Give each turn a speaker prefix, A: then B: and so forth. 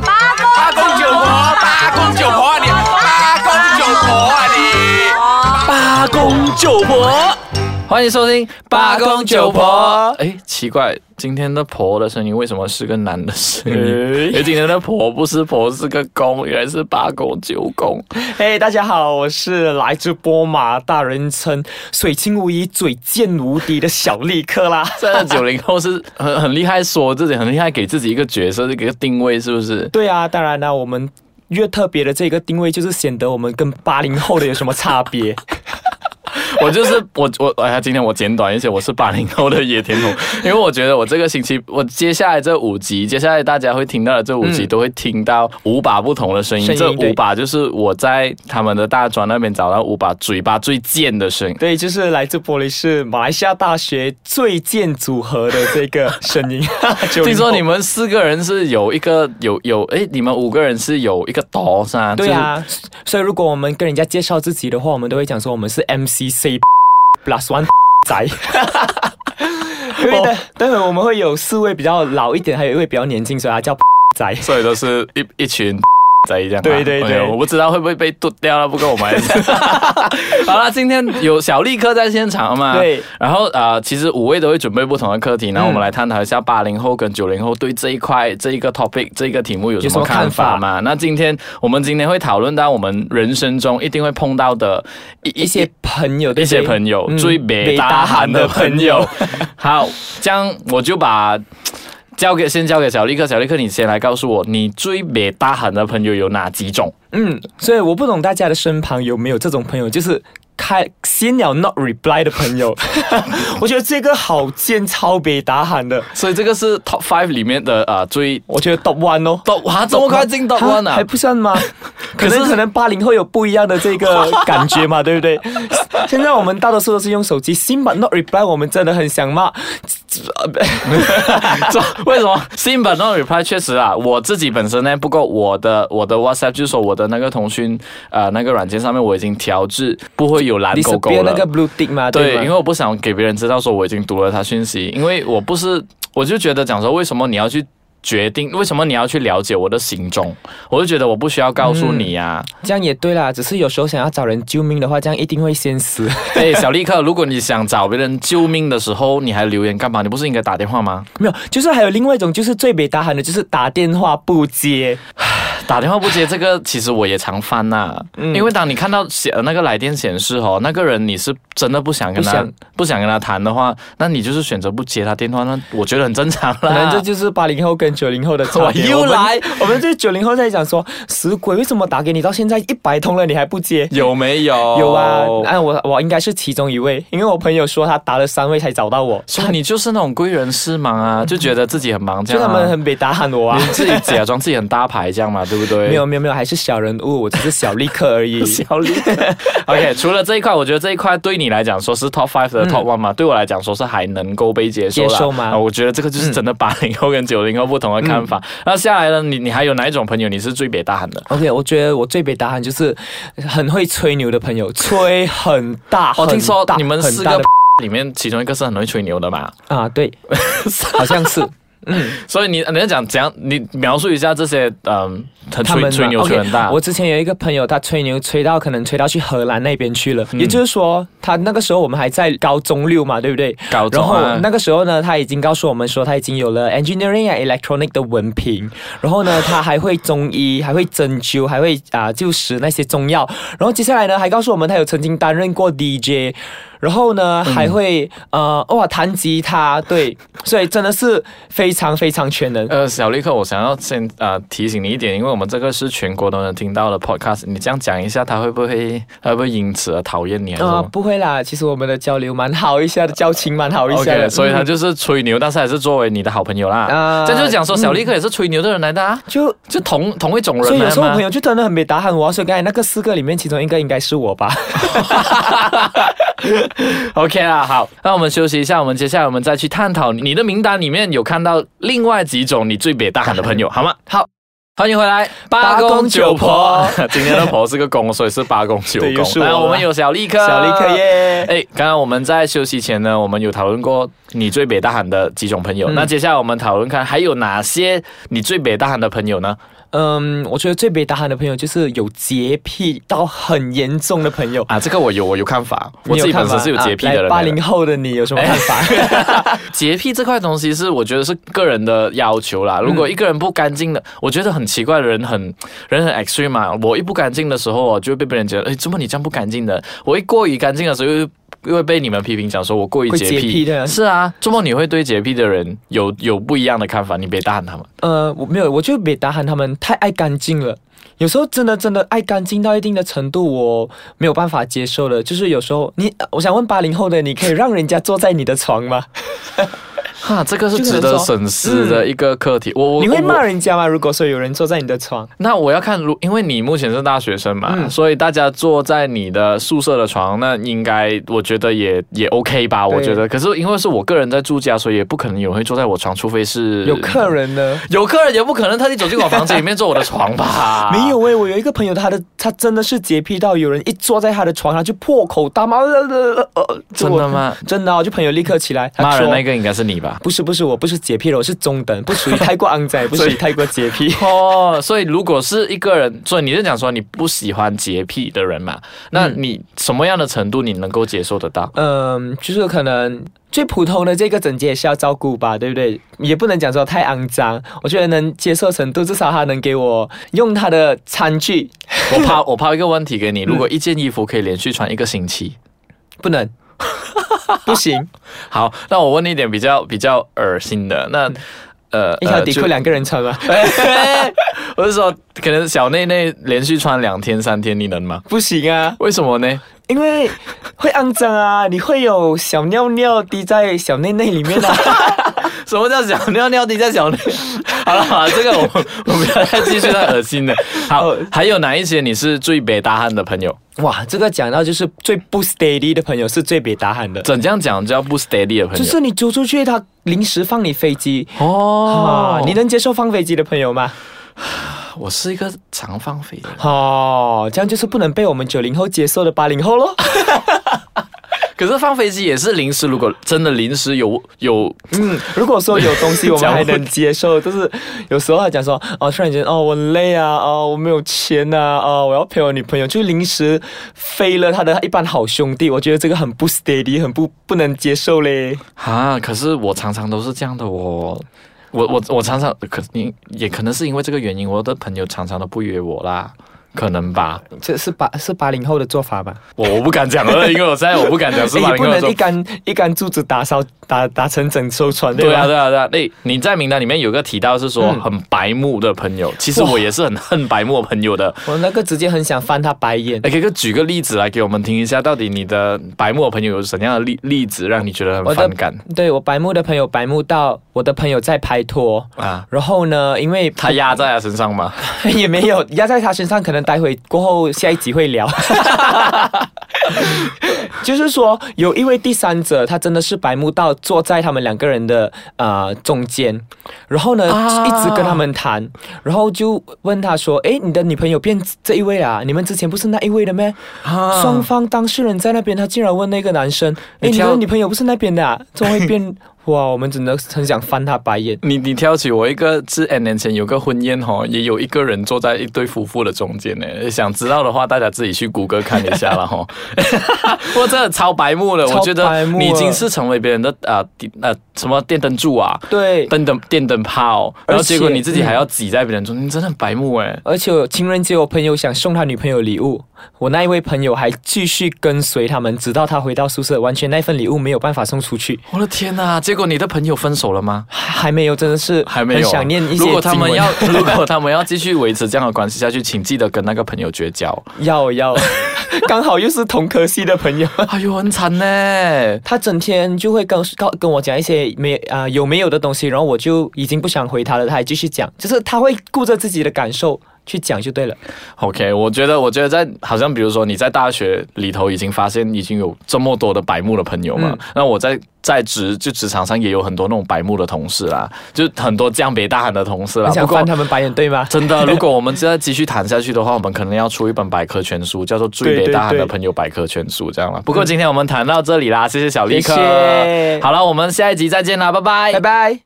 A: 八公九婆，八公九婆啊你，八公九婆啊你，
B: 八公九婆，欢迎收听八公九婆。哎，奇怪，今天的婆的声音为什么是个男的声音？因为今天的婆不是婆，是个公，原来是八公九公。
C: 嘿大家好，我是来自波马大人称水清无疑、嘴贱无敌的小立克啦。
B: 现在九零后是很很厉害，说自己很厉害，给自己一个角色，一个定位，是不是？
C: 对啊，当然啦、我们越特别的这个定位，就是显得我们跟八零后的有什么差别。
B: 我就是我我哎呀，今天我简短一些，我是八零后的野 田龙，因为我觉得我这个星期我接下来这五集，接下来大家会听到的这五集、都会听到五把不同的声音，
C: 嗯声音
B: 这
C: 对
B: 五把就是我在他们的大专那边找到五把嘴巴最贱的声音。
C: 对，就是来自玻璃是马来西亚大学最贱组合的这个声音。90后
B: 听说你们四个人是有一个有有哎，你们五个人是有一个刀是吗？
C: 对啊，所以如果我们跟人家介绍自己的话，我们都会讲说我们是 MCC plus one 宅。因为待待会我们会有四位比较老一点，还有一位比较年轻，所以他叫 宅。
B: 就是，所以都是一一群。 在这样啊，
C: 对对对
B: 哎呦我不知道会不会被剁掉了，不过我 们还是好了。今天有小力哥在现场嘛？
C: 对，
B: 然后呃，其实五位都会准备不同的课题，然后我们来探讨一下八零后跟九零后对这一块、这一个 topic、这一个题目有什么看法嘛？那今天我们今天会讨论到我们人生中一定会碰到的一
C: 一些朋友，对
B: 一
C: 不对
B: 些朋友，
C: 嗯
B: 最北大喊的朋友
C: 北大。
B: 好，这样我就把。交给先交给小力克，小力克，你先来告诉我，你最北大喊的朋友有哪几种？
C: 嗯，所以我不懂大家的身旁有没有这种朋友，就是开先鸟 not reply 的朋友。 我觉得这个好贱，超北打喊的。
B: 所以这个是 top five 里面的啊、呃最
C: 我觉得 top one 哦。
B: top 哇，这么快进 top one
C: 哈
B: 啊
C: 还？不 算吗？可
B: 是
C: 能可能八零后有不一样的这个感觉嘛，对 不对？现在我们大多数都是用手机，sim but not reply，我们真的很想骂。
B: 这 为什么 Sim but not reply？确实啊，我自己本身呢，不过我的我的 WhatsApp 就是说我的那个通讯呃那个软件上面我已经调至不会有蓝
C: 你
B: 勾
C: 是
B: 勾
C: 别那
B: 了
C: 个。blue tick 嘛？
B: 对，
C: 啊吗
B: 因为我不想给别人知道说我已经读了他讯息，因为我不是，我就觉得讲说为什么你要去。决定为什么你要去了解我的行踪？我就觉得我不需要告诉你啊呀、
C: 这样也对啦，只是有时候想要找人救命的话，这样一定会先死。
B: 哎、小立克，如果你想找别人救命的时候，你还留言干嘛？你不是应该打电话吗？
C: 没有，就是还有另外一种，就是最北打喊的，就是打电话不接。
B: 打电话不接这个，其实我也常犯呐、
C: 嗯
B: 因为当你看到显那个来电显示哦，那个人你是真的不想跟他
C: 不想
B: 不想跟他谈的话，那你就是选择不接他电话，那我觉得很正常啦。
C: 可能这就是八零后跟九零后的差别。
B: 啊 哇又来
C: 我们，我们这九零后在讲说，死鬼，为什么打给你到现在一百通了，你还不接？
B: 有没有？
C: 有啊，
B: 哦
C: 哎，我我应该是其中一位，因为我朋友说他打了三位才找到我，
B: 所以你就是那种贵人事忙啊，就觉得自己很忙这
C: 就
B: 样、
C: 他
B: 啊。
C: 们很北打喊我啊
B: 你。自己假装自己很大牌这样嘛，对不对？
C: 没有没有没有，还是小人物，我只是小立刻而 已。
B: 小力。OK，除了这一块，我觉得这一块对你来讲说是 top five 的 top one 嘛，对我来讲说是还能够被接受啦
C: 接受吗
B: 啊我觉得这个就是真的八零后跟九零后不同的看法。那下来呢，你你还有哪一种朋友你是最别大喊的？
C: OK，我觉得我最北打喊就是很会吹牛的朋友，吹很大。
B: 哦我听说
C: 很大
B: 你们
C: 很
B: 四
C: 大
B: 个
C: 的。
B: 里面其中一个是很会吹牛的嘛，
C: 啊，对， 好像是
B: 所以你你要讲怎样，你描述一下这些嗯，很
C: 他们
B: 吹吹
C: 嘛
B: 牛吹
C: OK，
B: 很大。
C: 我之前有一个朋友，他吹牛吹到可能吹到去荷兰那边去了，
B: 嗯
C: 也就是说，他那个时候我们还在高中六嘛，对不对？
B: 高中
C: 然后
B: 啊
C: 那个时候呢，他已经告诉我们说他已经有了 engineering 啊 electronic 的文凭，然 后呢，他还会中医，还会针灸，还会啊、就食那些中药，然后接下来呢，还告诉我们他有曾经担任过 DJ，然后呢，还会、
B: 嗯
C: 呃哇弹吉他，对，所以真的是非常非常全能。
B: 呃，小立克，我想要先呃提醒你一点，因为我们这个是全国都能听到的 podcast，你这样讲一下，他会不会他会不会因此而讨厌你啊？
C: 啊、不会啦，其实我们的交流蛮好一下的，交情蛮好一下的
B: OK，所以他
C: 嗯
B: 就是吹牛，但是还是作为你的好朋友啦。
C: 啊
B: 这就是讲说，小立克也是吹牛的人来的啊，
C: 就。
B: 就同同一种
C: 所
B: 人
C: 以有
B: 来
C: 时候我
B: 嘛
C: 朋。友就真的很没打喊我啊、所以刚才那个四个里面，其中一个应该是我吧。
B: OK 啦，好，那我们休息一下，我们接下来我们再去探讨你的名单里面有看到另外几种你最别大喊的朋友，好吗？好。欢迎回来，
C: 八公九婆。
B: 今天的婆是个公，所以是八公九
C: 对又
B: 公。
C: 是我
B: 来，
C: 了
B: 我们有小立克，
C: 小立克耶，
B: 哎，刚刚我们在休息前呢，我们有讨论过你最北大喊的几种朋友。
C: 嗯
B: 那接下来我们讨论看还有哪些你最北大喊的朋友呢？
C: 嗯，我觉得最北大喊的朋友就是有洁癖到很严重的朋友。
B: 啊，这个我有我有看法， 我
C: 你有
B: 自己
C: 看
B: 本
C: 法啊
B: 身是有哎洁癖的人来的。
C: 八零、80后的你有什么看法？
B: 洁癖这块东西是我觉得是个人的要求
C: 嗯
B: 啦。如果一个人不干净的，我觉得很奇怪的人很人很 extreme 嘛。我一不干净的时候，我就会被别人觉得，哎，怎么你这样不干净的？我一过于干净的时候，又又会被你们批评讲说我过于
C: 会
B: 洁
C: 洁癖的
B: 是啊，怎么你会对洁癖的人有有不一样的看法？你别大喊他们。
C: 呃，我没有，我就北大喊他们太爱干净了。有时候真的真的爱干净到一定的程度，我没有办法接受了。就是有时候你，呃我想问八零后的，你可以让人家坐在你的床吗？
B: 哈，这个是
C: 就可
B: 值
C: 能
B: 得
C: 说
B: 深思的一个课题。我我
C: 嗯你会
B: 我
C: 骂人家吗？如果说有人坐在你的床，
B: 那我要看，如因为你目前是大学生嘛，
C: 嗯
B: 所以大家坐在你的宿舍的床，那应该我觉得也也 OK 吧？
C: 对
B: 我觉得，可是因为是我个人在住家，所以也不可能有人会坐在我床，除非是
C: 有客，人呢？？
B: 有客人也不可能特地走进我房间里面坐我的床吧
C: 没有。诶，我有一个朋友，他的他真的是洁癖到有人一坐在他的床，他就破口大骂，呃呃呃呃
B: 真的吗？
C: 我真的、啊，我就朋友立刻起来，他
B: 骂
C: 说
B: 人那个应该是你吧？
C: 不是不是，我不是洁癖了，我是中等，不属于太过肮脏，也不属于太过洁癖。
B: 哦， 所以如果是一个人，所以你是讲说你不喜欢洁癖的人嘛？那你什么样的程度你能够接受得到？
C: 嗯，就是可能最普通的这个整洁也是要照顾吧，对不对？也不能讲说太肮脏，我觉得能接受程度，至少他能给我用他的餐具，
B: 我抛 我抛一个问题给你，如果一件衣服可以连续穿一个星期，
C: 不 能，不行，
B: 好，那我问你一点比较比较恶心的，那呃，
C: 嗯一条
B: 呃
C: 底裤，两个人啊穿吗？
B: 就 我是说，可能小内内连续穿两天三天，你能吗？
C: 不行啊，
B: 为什么呢？
C: 因为会肮脏啊，你会有小尿尿滴在小内内里面啊的、
B: 什么叫小尿尿滴在小内？ 好了好了，这个我 我不要再继续再恶心 了。好，还有哪一些你是最北大汉的朋友？
C: 哇，这个讲到就是最不 steady 的朋友是最别打喊的，
B: 怎这样讲叫不 steady 的朋
C: 就
B: 友？
C: 是你租出去，他临时放你飞机。
B: 哦
C: 啊，，你
B: 你
C: 能接受放飞机的朋友吗？
B: 我是一个常放飞的人，
C: 哦，这样就是不能被我们九零后接受的八零后咯。
B: 可是放飞机也是临时，如果真的临时有有
C: 嗯，如果说有东西我们还能接受，就是有时候他讲说，哦，突然间，哦，我累啊，哦，我没有钱啊，哦，我要陪我女朋友，就临时飞了他的一般好兄弟，我觉得这个很不 steady，很不不能接受嘞。
B: 啊，可是我常常都是这样的哦。我我我常常可你也可能是因为这个原因，我的朋友常常都不约我啦，可能吧。
C: 这是八是八零后的做法吧？
B: 我我不敢讲了， 因为我现在我不敢讲是
C: 诶
B: 吧？
C: 哎也
B: 你
C: 不
B: 跟我
C: 能
B: 说
C: 一竿一竿柱子打烧打打成整艘船，
B: 对
C: 吧？
B: 啊对啊对啊。那你在名单里面有个提到是说
C: 嗯
B: 很白目的朋友，其实我也是很 恨白目的朋友的。
C: 我那个直接很想翻他白眼。
B: 哎，可以举个例子来给我们听一下，到底你的白目的朋友有什么样的例例子让你觉得
C: 我
B: 很
C: 的
B: 反感
C: 对我白目的朋友白目到我的朋友在拍拖，
B: 啊？
C: 然后呢，因为
B: 他压在他身上吗？
C: 也没有压在他身上，可能待会过后下一集会聊。 就是说，有一位第三者，他真的是白目到坐在他们两个人的呃中间，然后呢、
B: 啊
C: 一直跟他们谈，然后就问他说：“诶，你的女朋友变这一位啦？你们之前不是那一位的咩？”
B: 啊
C: 双方当事人在那边，他竟然问那个男生：“
B: 你
C: 诶，你
B: 挑
C: 的女朋友不是那边的、啊，怎么会变？” 哇，我们真的很想翻他白眼。
B: 你你挑起我一个是 N 年前有个婚宴哈、哦，也有一个人坐在一对夫妇的中间呢。想知道的话，大家自己去谷歌看一 下了哈、哦。 我真的超白目了，
C: 超
B: 我觉
C: 白
B: 得
C: 目了啊
B: 你已经是成为别人的啊电呃什么电灯柱啊，
C: 对，
B: 灯灯电灯泡，然后
C: 而且
B: 结果你自己还要挤在别人中间，你真的很白目哎。
C: 而且情人节，我朋友想送他女朋友礼物，我那一位朋友还继续跟随他们，直到他回到宿舍，完全那份礼物没有办法送出去，
B: 我的天呐、结果你的朋友分手了吗？
C: 还还没有，真的是
B: 还没有啊、
C: 很想念一些
B: 如果他
C: 经
B: 们
C: 文
B: 要， 如果他们要继续维持这样的关系下去，请记得跟那个朋友绝交。
C: 要 要，刚好又是同科系的朋友。
B: 哎呦，很惨呢。
C: 他整天就会跟告跟我讲一些没啊、有没有的东西，然后我就已经不想回他了，他还继续讲，就是他会顾着自己的感受，去讲就对了。
B: OK，我觉得，我觉得在好像比如说你在大学里头已经发现已经有这么多的白目的朋友嘛，
C: 嗯
B: 那我在在职就职场上也有很多那种白目的同事啦，就很多降北大喊的同事啦。
C: 你想
B: 不过
C: 翻他们白眼对吗？
B: 真的，如果我们再继续谈下去的话，我们可能要出一本百科全书，叫做《最北大喊的朋友百科全书》这样了。不过今天我们谈到这里啦，谢谢小立克。
C: 谢谢
B: 好了，我们下一集再见啦，拜拜，
C: 拜。拜。